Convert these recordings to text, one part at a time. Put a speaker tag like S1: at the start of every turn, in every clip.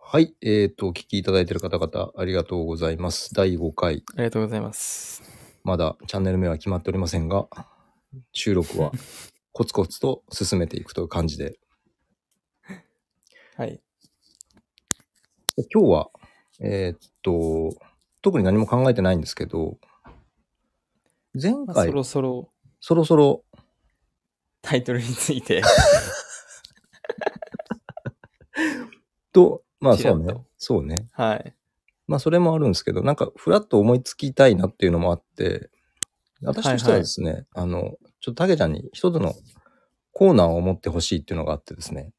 S1: はい。えっ、と、お聞きいただいている方々、ありがとうございます。第5回、
S2: ありがとうございます。
S1: まだチャンネル名は決まっておりませんが、収録 はコツコツと進めていくという感じで、
S2: はい。
S1: で今日は、えっ、と、特に何も考えてないんですけど、前
S2: まあ
S1: 回、
S2: そろそろ
S1: そろそろ、
S2: タイトルについて、
S1: と、まあ
S2: ち
S1: そ
S2: ら
S1: う
S2: っと
S1: ね。そうね。
S2: はい。
S1: まあそれもあるんですけど、なんかふらっと思いつきたいなっていうのもあって、私としてはですね、あの、ちょっとたけちゃんに一つのコーナーを持ってほしいっていうのがあってですね、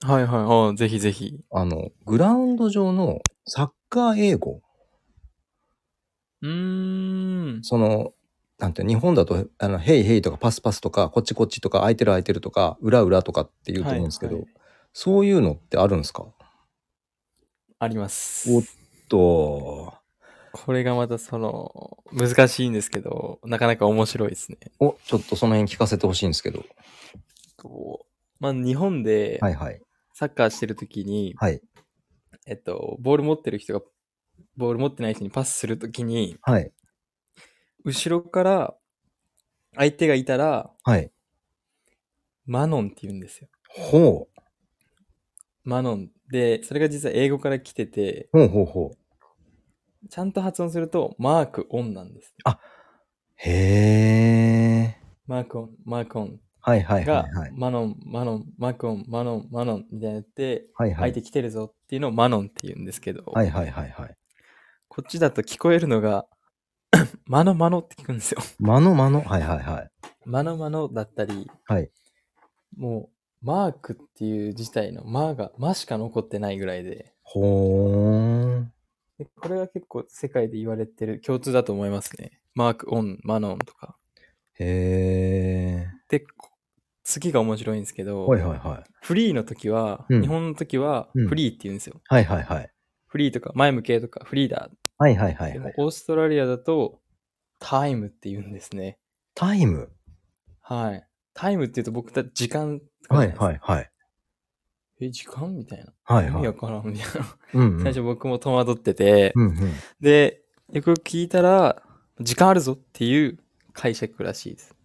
S2: はいはい。ああぜひぜひ。
S1: あの、グラウンド上のサッカー英語、
S2: うーん。
S1: その、なんて、日本だと、あの、ヘイヘイとかパスパスとか、こっちこっちとか、空いてる空いてるとか、裏裏とかって言うと思うんですけど、
S2: はいはい
S1: そういうのってあるんですか
S2: あります。
S1: おっと、
S2: これがまたその、難しいんですけど、なかなか面白いですね。
S1: お、ちょっとその辺聞かせてほしいんですけど。
S2: こうまあ、日本で
S1: はいはい。
S2: サッカーしてるときに、
S1: はい。
S2: えっと、ボール持ってる人が、ボール持ってない人にパスするときに、
S1: はい。
S2: 後ろから相手がいたら、
S1: はい。
S2: マノンって言うんですよ。
S1: ほう。
S2: マノン。で、それが実は英語から来てて、
S1: ほうほうほう。
S2: ちゃんと発音すると、マークオンなんです。
S1: へえ。
S2: マークオン、マークオン
S1: はいはい
S2: が
S1: はい、はい。
S2: マノン、マノン、マークオン、マノン、マノンみたいになって、
S1: はいは
S2: 相
S1: い。
S2: 手来てるぞっていうのをマノンって言うんですけど、
S1: はいはいはいはい。
S2: こっちだと聞こえるのが、 マノマノって聞くんですよ。
S1: 間の間の。はいはいはい。
S2: マノマノだったり、
S1: はい
S2: もう、マークっていう自体のマーが、マしか残ってないぐらいで、
S1: ほーん。
S2: でこれは結構世界で言われてる共通だと思いますね。マークオン、マノンとか。
S1: へえ。
S2: で、こ次が面白いんですけど、
S1: はいはいはい。
S2: フリーの時は、
S1: うん
S2: 日本の時は
S1: うん
S2: フリーって言うんですよ。
S1: はいはいはい。
S2: フリーとか前向けとかフリーだ。
S1: はいはいはい
S2: で
S1: は
S2: も
S1: い。
S2: オーストラリアだとタイムって言うんですね。
S1: タイム。
S2: はい。タイムって言うと僕たち時間とか
S1: は
S2: じゃな
S1: い
S2: いですか
S1: はいはい。
S2: え、時間みたいな。
S1: はい
S2: 意
S1: は
S2: 味わ
S1: い。
S2: からんみたいな。
S1: うんうん。
S2: 最初僕も戸惑ってて、
S1: うんうん。
S2: で、よくよく聞いたら、時間あるぞっていう解釈らしいです。っ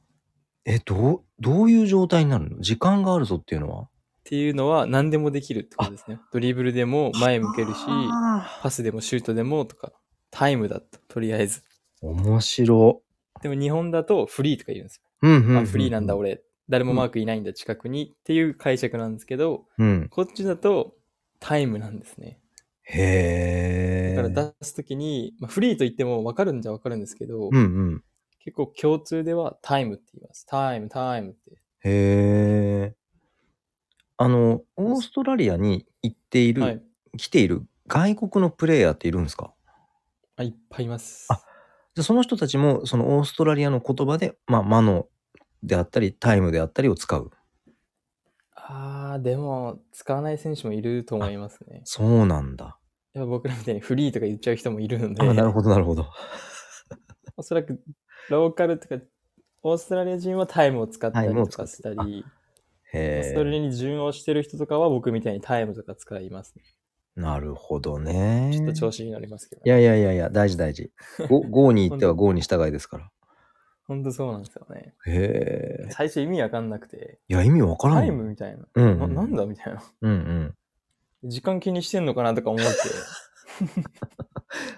S1: え、どう、どういう状態になるの時間があるぞっていうのは
S2: ていうのは何でもできるってことですね。ドリブルでも前向けるし、
S1: あ
S2: パスでもシュートでもとか、タイムだと、とりあえず。
S1: ー面白。
S2: でも日本だとフリーとか言うんですよ。
S1: うんうんうん、
S2: あフリーなんだ。俺誰もマークいないんだ近くにっていう解釈なんですけど
S1: うん。
S2: こっちだとタイムなんですね
S1: へえ。
S2: だから出す時に、まあ、フリーと言っても分かるんじゃ分かるんですけど、
S1: うんうん。
S2: 結構共通ではタイムって言いますタイムタイムって
S1: へえ。あの、オーストラリアに行っている、
S2: はい
S1: 来ている外国のプレイヤーっているんですか
S2: あいっぱいいます
S1: あじゃあその人たちも、そのオーストラリアの言葉で、まあ、マノであったり、タイムであったりを使う。
S2: あーでも使わない選手もいると思いますね
S1: そうなんだ。
S2: やっぱ僕らみたいにフリーとか言っちゃう人もいるので
S1: あなるほど、なるほど。
S2: おそらくローカルとかオーストラリア人はタイムを使った
S1: タイ
S2: り
S1: ムを
S2: と
S1: 使っ
S2: か
S1: て
S2: したり
S1: へ
S2: そ
S1: え。
S2: れに順応してる人とかは僕みたいにタイムとか使います、ね。
S1: なるほどね。
S2: ちょっと調子になりますけど、
S1: い
S2: ね。
S1: やいやいやいや、大事大 事。ご郷に行っては郷に従いですから。
S2: ほんとそうなんですよね。
S1: へえ。
S2: 最初意味わかんなくて、
S1: いや、意味わからんよ。
S2: タイムみたいな。
S1: うん、う。
S2: なんなんだみたいな。
S1: うんうん。
S2: 時間気にしてんのかなとか思って。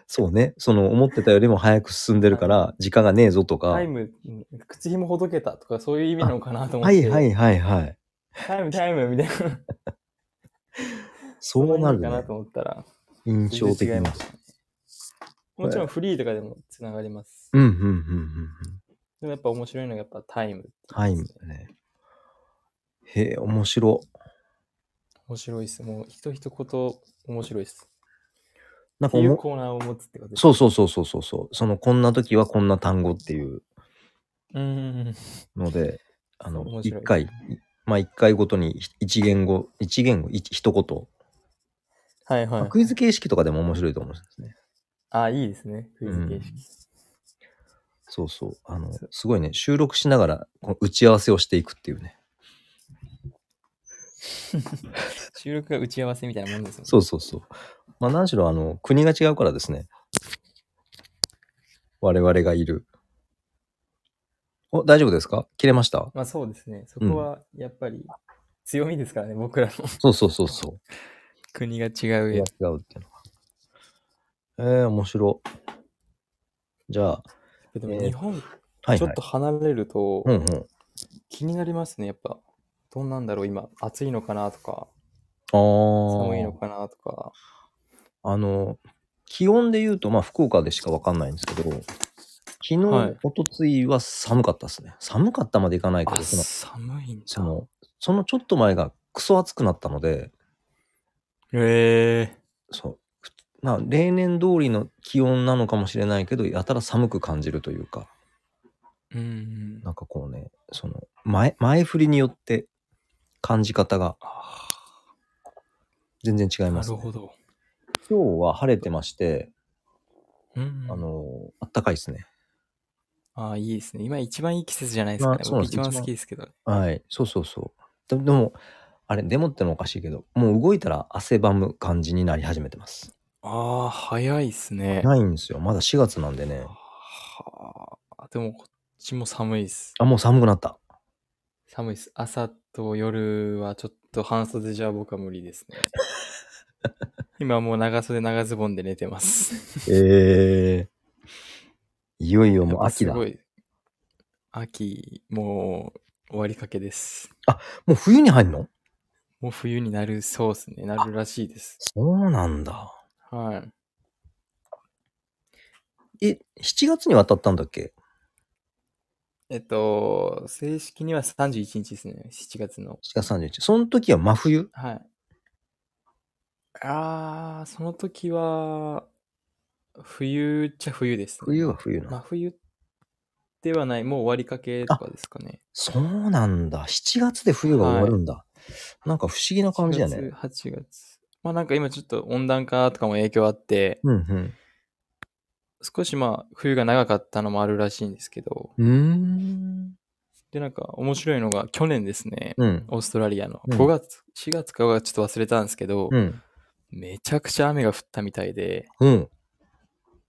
S1: そうね。その、思ってたよりも早く進んでるから、時間がねえぞとか。
S2: タイム、靴ひもほどけたとかそういう意味なのかなと思
S1: は
S2: って。
S1: いはいはいはい。
S2: タイムタイムみたいな。
S1: そうなる
S2: かな
S1: ね。
S2: と思ったら、
S1: 印象
S2: 全
S1: 的
S2: 然違い
S1: に
S2: ま。したね。もちろんフリーとかでもつながります。
S1: うんうんうんうんうん。
S2: でもやっぱ面白いのがやっぱタイム、
S1: タイムだね。へえ、面白。
S2: 面白いです。もう一一言面白いです。
S1: なん
S2: って
S1: か
S2: いう
S1: も、
S2: コーナーを持つってことです。
S1: そうそうそうそうそうそう。その、こんな時はこんな単語っていう
S2: う。うん。
S1: ので、あの
S2: 面、白い
S1: 一回、まあ一回ごとに一言語、一言語、一一言。
S2: はいはい
S1: まあ。クイズ形式とかでも面白いと思うんですね。
S2: あ、いいですね。クイズ形式。
S1: そうそう。あの、すごいね、収録しながらこう打ち合わせをしていくっていうね。
S2: 収録が打ち合わせみたいなもんですもんね
S1: そうそうそう。まあ、何しろ、あの、国が違うからですね。我々がいる。お、大丈夫ですか切れました
S2: まあそうですね。そこはやっぱり強みですからね、僕らの
S1: そうそうそうそう。
S2: 国が違う
S1: 国
S2: や
S1: が
S2: つ。
S1: 違うっていうのは。えー、面白。じゃあ、
S2: で
S1: え
S2: も
S1: ー
S2: 日本、
S1: はい、はい。
S2: ちょっと離れると
S1: うんうん。
S2: 気になりますね、やっぱ。どんなんだろう、今。暑いのかなとか、
S1: あー
S2: 寒いのかなとか。
S1: あの、気温で言うと、まあ、福岡でしかわかんないんですけど、昨日、
S2: はい
S1: おとついは寒かったですね。寒かったまでいかないけ
S2: あ、
S1: ど、その、
S2: 寒いん
S1: そ
S2: だ。
S1: の、そのちょっと前がクソ暑くなったので、
S2: へえ。
S1: そう、ふつな例年通りの気温なのかもしれないけど、やたら寒く感じるというか、
S2: うんうん。
S1: なんかこうね、その、前、前振りによって感じ方が
S2: あ
S1: 全然違い
S2: ーな
S1: ます、
S2: る
S1: ね。
S2: ほど。
S1: 今日は晴れてまして、
S2: うんうん
S1: あの、あったかいですね。
S2: ああ、いいですね。今一番いい季節じゃないですか
S1: ま
S2: ね
S1: あ。そうなん
S2: 僕
S1: です
S2: 一番好きですけどね。
S1: はい、そうそうそう。ででも、あれ、でもってのおかしいけど、もう動いたら汗ばむ感じになり始めてます。
S2: ああ、早いですね。
S1: ないんですよ。まだ4月なんでね。
S2: はあ、でもこっちも寒いです。
S1: あ、もう寒くなった。
S2: 寒いです。朝と夜はちょっと半袖じゃ僕は無理です ね。今もう長袖長ズボンで寝てます。
S1: ええいよいよもう秋だ。
S2: やっ
S1: も
S2: ぱすごい。秋、もう終わりかけです。
S1: う冬に入るの
S2: もう冬になるそうですね。なるらしいです。
S1: そうなんだ。
S2: はい。
S1: え、7月に渡ったんだっけ
S2: えっと、正式には31日ですね。7月の。
S1: ?7 月31日。その時は真冬
S2: はい。あー、その時は、冬っちゃ冬です、ね。
S1: 冬は冬な
S2: 真
S1: の。
S2: 冬ではない、もう終わりかけとかですかね。
S1: そうなんだ。7月で冬が終わるんだ。なんか不思議な感じやね。
S2: 8月。8月まあなんか今ちょっと温暖化とかも影響あって、
S1: うん
S2: 少しまあ冬が長かったのもあるらしいんですけど、
S1: うん。
S2: でなんか面白いのが去年ですね
S1: う、ーん。うん。
S2: オーストラリアの
S1: うん
S2: 5月、4月か5月ちょっと忘れたんですけど、
S1: うん。
S2: めちゃくちゃ雨が降ったみたいで、
S1: うん。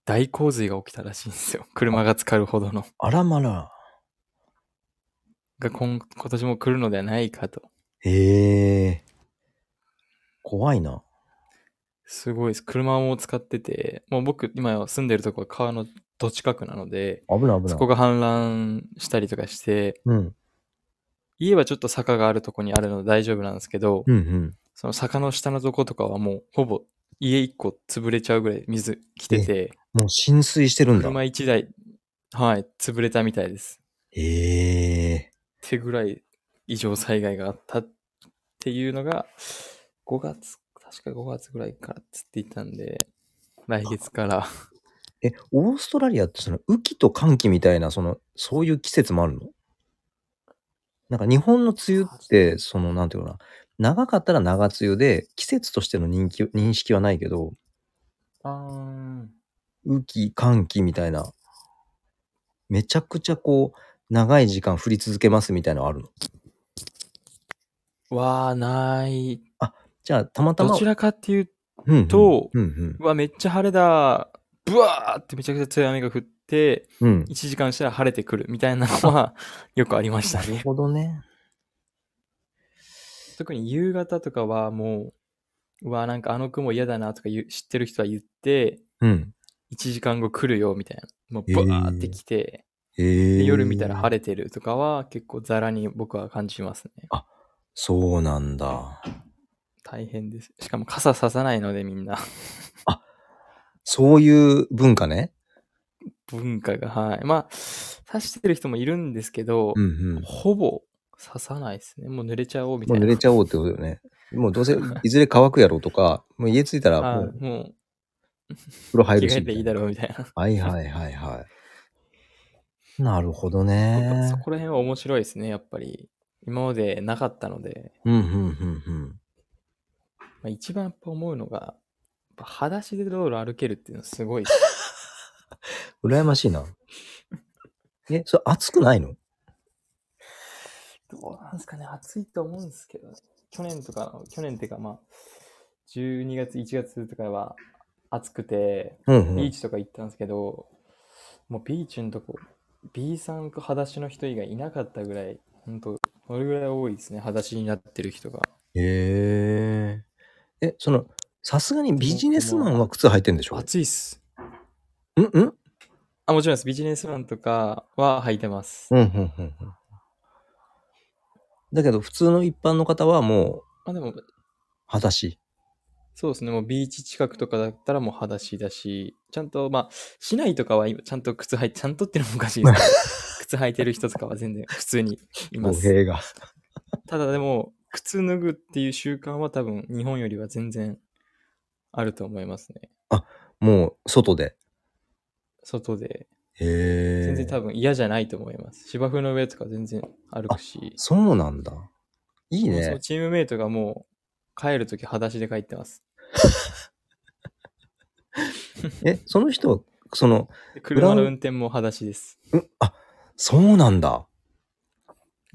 S2: 大洪水が起きたらしいんですよ。車が浸かるほどの。
S1: あらまら。
S2: が今今年も来るのではないかと。
S1: へえ。怖いな。
S2: すごいです。車も使ってて、もう僕、今住んでるとこは川のど近くなので、
S1: 危ない危ない。
S2: そこが氾濫したりとかして、
S1: うん。
S2: 家はちょっと坂があるとこにあるので大丈夫なんですけど、
S1: うんうん。
S2: その坂の下のとことかはもうほぼ家一個潰れちゃうぐらい水来てて、
S1: もう浸水してるんだ。
S2: 車一台、はい、潰れたみたいです。
S1: へえ。
S2: ってぐらい異常災害があったっていうのが、5月、確か5月ぐらいからっつっていたんで、来月から。
S1: え、オーストラリアってその雨季と寒季みたいな、その、そういう季節もあるのなんか日本の梅雨って、その、なんていうのかな、長かったら長梅雨で、季節としての人気認識はないけど、
S2: あー
S1: 雨季、寒季みたいな、めちゃくちゃこう、長い時間降り続けますみたいなのあるの
S2: わあ、ない。
S1: じゃあ、たまたま。
S2: どちらかっていう
S1: うんうん
S2: と
S1: うんうん
S2: うわ、めっちゃ晴れだ。ブワーってめちゃくちゃ強い雨が降って、
S1: うん。
S2: 1時間したら晴れてくるみたいなのはよくありました
S1: なる
S2: ね。
S1: ほどね。
S2: 特に夕方とかはもう、うわ、なんかあの雲嫌だなとか言う知ってる人は言って、
S1: うん。
S2: 1時間後来るよみたいな。もうブワーって来て、
S1: へえ。
S2: で夜見たら晴れてるとかは結構ザラに僕は感じますね。
S1: そうなんだ。
S2: 大変です。しかも傘ささないのでみんな
S1: そういう文化ね。
S2: 文化が、はい。まあ、さしてる人もいるんですけど、
S1: うんうん。
S2: ほぼ刺さないですね。もう濡れちゃおうみた
S1: もう
S2: い
S1: 濡
S2: な。
S1: れちゃおうってことよね。もうどう せ、いずれ乾くやろうとか、もう家着いたらも
S2: はいうもう
S1: 風呂入
S2: 着
S1: る
S2: 替
S1: し
S2: え
S1: みた
S2: て
S1: い
S2: い
S1: な。
S2: いだろうみたいな。
S1: はいはいはいはい。なるほど
S2: なんか
S1: ね
S2: そ。こら辺は面白いですね、やっぱり。今までなかったので、
S1: うんうんうんうん。
S2: まあ、一番やっぱ思うのが、やっぱ裸足で道路歩けるっていうのはすごいっす。
S1: 羨ましい な。え、それ暑くないの
S2: どうなんですかね、暑いと思うんですけど、去年とか、去年っていうかまあ、12月、1月とかは暑くて、
S1: うん、う
S2: ビー
S1: ん。
S2: チとか行ったんですけど、もうビーチのとこ、B さんか裸足の人以外いなかったぐらい、ほんと、それぐらい多いですね、裸足になってる人が。
S1: へえ。え、その、さすがにビジネスマンは靴履いてんでしょ
S2: 暑いっす。
S1: うんうん
S2: あ、もちろんです。ビジネスマンとかは履いてます。
S1: うんうんうんうん。だけど、普通の一般の方はもう、
S2: まあでも、
S1: 裸足。
S2: そうですね、もうビーチ近くとかだったらもう裸足だし、ちゃんと、まあ、市内とかは今、ちゃんと靴履いて、ちゃんとっていうのもおかしいです けど靴履いてる人とかは全然普通にいま
S1: 語
S2: す。
S1: 弊が。
S2: ただでも、靴脱ぐっていう習慣は多分、日本よりは全然あると思いますね。
S1: もう、外で。
S2: 外で。
S1: へえ。
S2: 全然多分嫌じゃないと思います。芝生の上とか全然歩くし。
S1: そうなんだ。いい
S2: もうその
S1: ね。
S2: チームメイトがもう、帰るとき裸足で帰ってます。
S1: え、その人は、その、
S2: で車
S1: 裏
S2: の
S1: の
S2: 運転も裸足です。
S1: うん、あ、そうなんだ。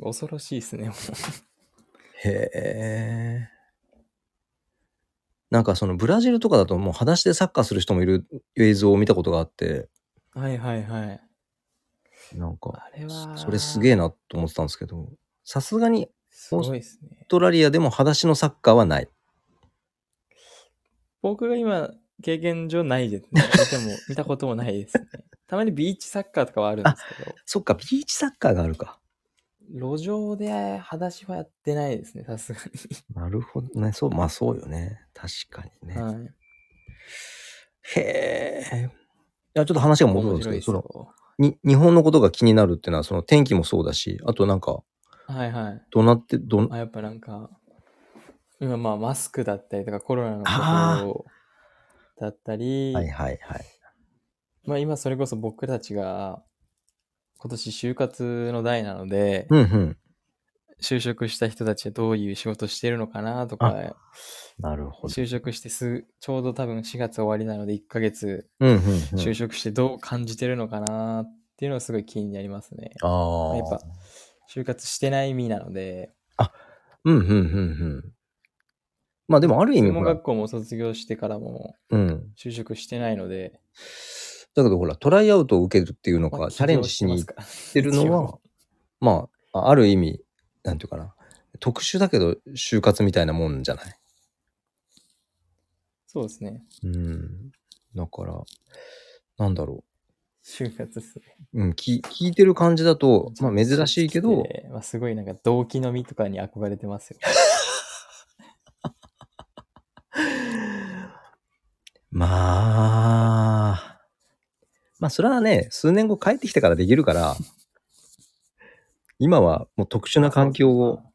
S2: 恐ろしいですね、もう
S1: へえ。なんかそのブラジルとかだともう裸足でサッカーする人もいる映像を見たことがあって、
S2: はいはいはい。
S1: なんか、
S2: あれは、
S1: それすげえなと思ってたんですけど、さすがに
S2: すごいですね
S1: オース。トラリアでも裸足のサッカーはない。
S2: 僕が今、経験上ないですね。見ても、見たこともないです ね。たまにビーチサッカーとかはあるんですけ
S1: そっか、ビーチサッカーがあるか。
S2: ど、路上で裸足はやってないですね、さすが
S1: なるほどね。そう、まあそうよね。確かにね。
S2: に。はい。
S1: へえ。いや、ちょっと話が戻るん
S2: 面
S1: です
S2: 白い
S1: けど、
S2: です
S1: その
S2: よ。
S1: に、日本のことが気になるっていうのは、その天気もそうだし、あとなんか、
S2: はいはい。
S1: どうなって、どん、
S2: あやっぱなんか、今まあマスクだったりとかコロナの
S1: あ
S2: ことだったり、
S1: はいはいはい。
S2: まあ今それこそ僕たちが今年就活の代なので、
S1: うんうん。
S2: 就職した人たちはどういう仕事してるのかなと
S1: あ
S2: か、
S1: なるほど。
S2: 就職してすちょうど多分4月終わりなので1ヶ月
S1: うんうん、うん。
S2: 就職してどう感じてるのかなっていうのはすごい気になりますね。
S1: ああ。
S2: やっぱ就活してない身なので、
S1: うんうんうんうん。まあでもある意味
S2: 専
S1: ほ
S2: 門
S1: ら
S2: 学、校も卒業してからも
S1: うん。
S2: 就職してないので、
S1: だけどほら、トライアウトを受けるっていうの
S2: まあ
S1: か、チャレンジしに行っ
S2: 起業ますか
S1: てるの
S2: 一
S1: は
S2: 応、
S1: まあ、あある意味、なんていうかな、特殊だけど、就活みたいなもんじゃない。
S2: そうですね。
S1: うん。だから、なんだろ
S2: 就活ですね。
S1: う。うん、き聞いてる感じだと、まあ珍しいけど、
S2: でまあ、すごいなんか動機のみとかに憧れてますよ。
S1: まあ、まあそれはね、数年後帰ってきてからできるから、今はもう特殊な環境を、っ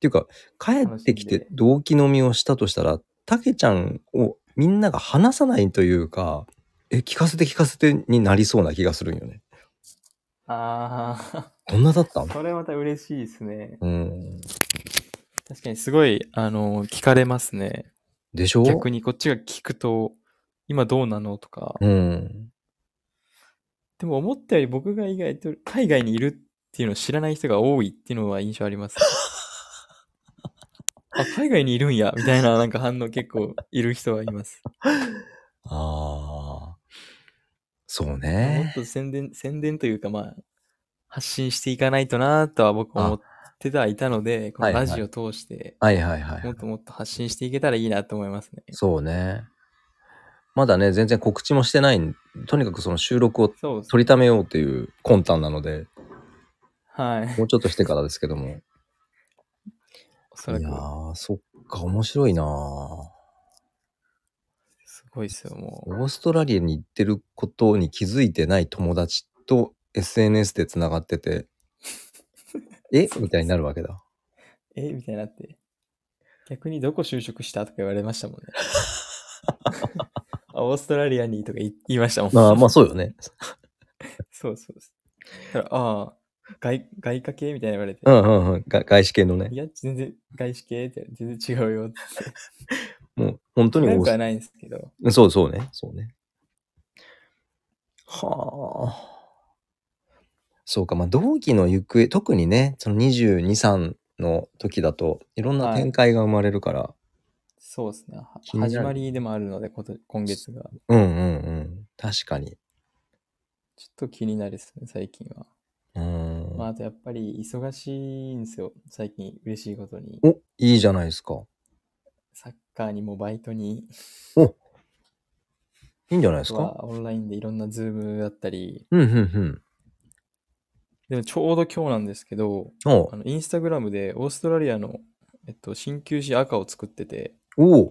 S1: ていうか、帰ってきて動機のみをしたとしたら、たけちゃんをみんなが話さないというか、え、聞かせて聞かせてになりそうな気がするんよね。
S2: ああ、
S1: どんなだったの
S2: それまた嬉しいですね。
S1: うん。
S2: 確かにすごい、あの、聞かれますね。
S1: でしょ
S2: 逆にこっちが聞くと、今どうなのとか。
S1: うん。
S2: でも思ったより僕が意外と海外にいるっていうのを知らない人が多いっていうのは印象あ ります。あ、海外にいるんや、みたいななんか反応結構いる人はいます。
S1: ああ。そう
S2: も
S1: ね
S2: っ。と宣伝、宣伝というかまあ、発信していかないとなとは僕思ってたいたので、こ
S1: は
S2: の
S1: いはい
S2: ラジオ通して、
S1: はいはいはい。
S2: もっともっと発信していけたらいいなと思いますね。
S1: そうね。まだね、全然告知もしてないん、とにかくその収録を
S2: そうです
S1: 取りためようっていう魂胆なので、
S2: はい。
S1: もうちょっとしてからですけども。
S2: お
S1: い
S2: そ
S1: や
S2: らく、
S1: ー、そっか、面白いなー
S2: すごいですよ、もう。
S1: オーストラリアに行ってることに気づいてない友達と SNS で繋がってて、えみたいになるわけだ。
S2: えみたいになって。逆にどこ就職したとか言われましたも んね。あオーストラリアにとか言い言いましたも ん。
S1: まあ、まあそうよね。
S2: そうそうです。だから、ああ、外外貨系みたいな言われて。
S1: うんうんうん。が外資系のね
S2: い。や、全然外資系って全然違うよって。
S1: もう本当にオ
S2: な
S1: ー
S2: く
S1: ス
S2: はないんですけど。
S1: そうそうね。そうね。はあ。そうか、まあ、同期の行方、特にね、その22、3の時だといろんな
S2: はい
S1: 展開が生まれるから、
S2: そうですね。は
S1: 気になる
S2: 始まりでもあるので、こと今月が。
S1: うんうんうん確かに
S2: ちょっと気になるですね、最近は。
S1: うーん、
S2: まあ、あとやっぱり忙しいんですよ、最近、嬉しいことに。
S1: おいいじゃないですか
S2: サッカーにもバイトに、
S1: いいんじゃない
S2: あ
S1: です
S2: と
S1: か
S2: はオンラインでいろんなズームだったり、
S1: うんうんうん
S2: でもちょうど今日なんですけど、
S1: お
S2: あのインスタグラムでオーストラリアの、えっと、鍼灸師赤を作ってて、
S1: おう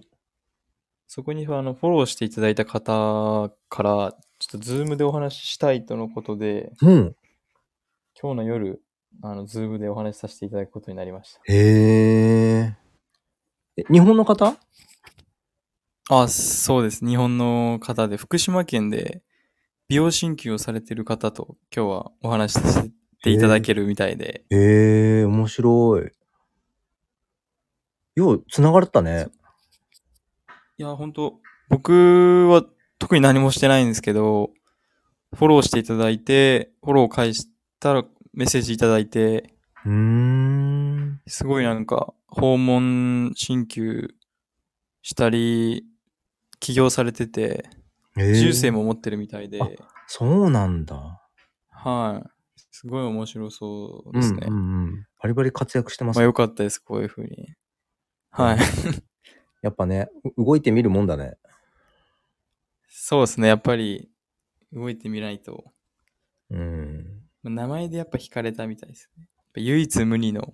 S2: そこにあのフォローしていただいた方から、ちょっとズームでお話ししたいとのことで、
S1: うん
S2: 今日の夜、あのズームでお話しさせていただくことになりまし
S1: へええ日本の方
S2: た。あ、そうです。日本の方で、福島県で美容鍼灸をされてる方と今日はお話しさせていただけるみたいで、
S1: へえ面白いよう繋がれたね
S2: いや、本当僕は特に何もしてないんですけど、フォローしていただいて、フォロー返したらメッセージいただいて、
S1: うーん
S2: すごいなんか、訪問請求したり、起業されてて、
S1: へえ
S2: 銃声も持ってるみたいで、
S1: あそうなんだ
S2: はい。すごい面白そうですね。
S1: うんうんうん、バリバリ活躍してます
S2: まあ
S1: ね、
S2: 良かったです、こういうふうに。はい。
S1: やっぱねう動いてみるもんだね
S2: そうですね、やっぱり、動いてみないと。
S1: うん
S2: まあ名前でやっぱ惹かれたみたいですね。やっぱ唯一無二の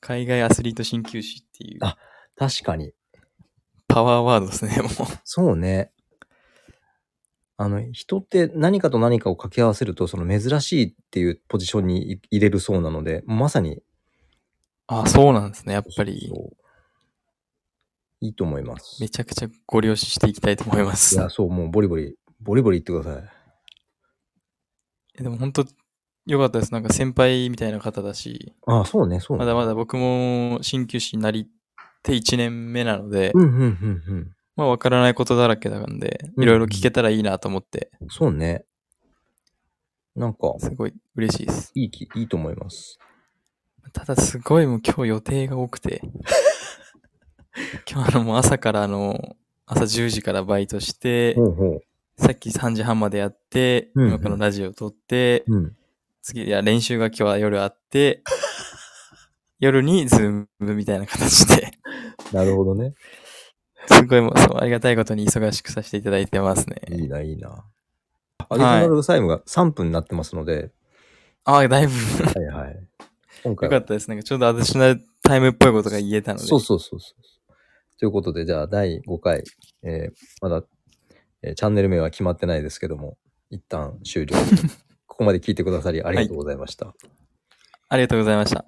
S2: 海外アスリート鍼灸師っていう
S1: あ確かに
S2: パワーワードですね、もう。
S1: そうねあの人って何かと何かを掛け合わせるとその珍しいっていうポジションにい入れるそうなのでまさに
S2: あ、そうなんですね、やっぱり。
S1: そういいと思います
S2: めちゃくちゃご了承していきたいと思いま
S1: い
S2: す。
S1: やそうもうボリボリボリボリ言ってください
S2: えでも本当良かったです。なんか先輩みたいな方だし、
S1: ああそうねそうね
S2: まだまだ僕も鍼灸師になりて1年目なので、
S1: うんうんうん
S2: まあ分からないことだらけなんで、
S1: うん
S2: いろいろ聞けたらいいなと思って、
S1: うんそうねなんか
S2: すごい嬉しいです。
S1: いいきいいと思います
S2: ただすごいもう今日予定が多 くて、今日あのもう朝からあの、朝10時からバイトして、
S1: ほうほ
S2: さっき3時半までやって、
S1: うんうん
S2: 今からラジオ撮って、
S1: ううん
S2: 次、いや、練習が今日は夜あって、 夜にズームみたいな形で、
S1: なるほどね
S2: すごいもうそうありがたいことに忙しくさせていただいてますね。
S1: いいな、いいな。アディショナルタイムが3分になってますので、
S2: ああ、だいぶ
S1: はいはい。今
S2: 良
S1: 回
S2: か
S1: は
S2: ったです。なんかちょうどアディショナルタイムっぽいことが言えたので。
S1: そうそうそうそう。ということで、じゃあ第5回、えーまだ、えーチャンネル名は決まってないですけども、一 旦終了。ここまで聞いてくださりありがとうございました。
S2: ありがとうございました。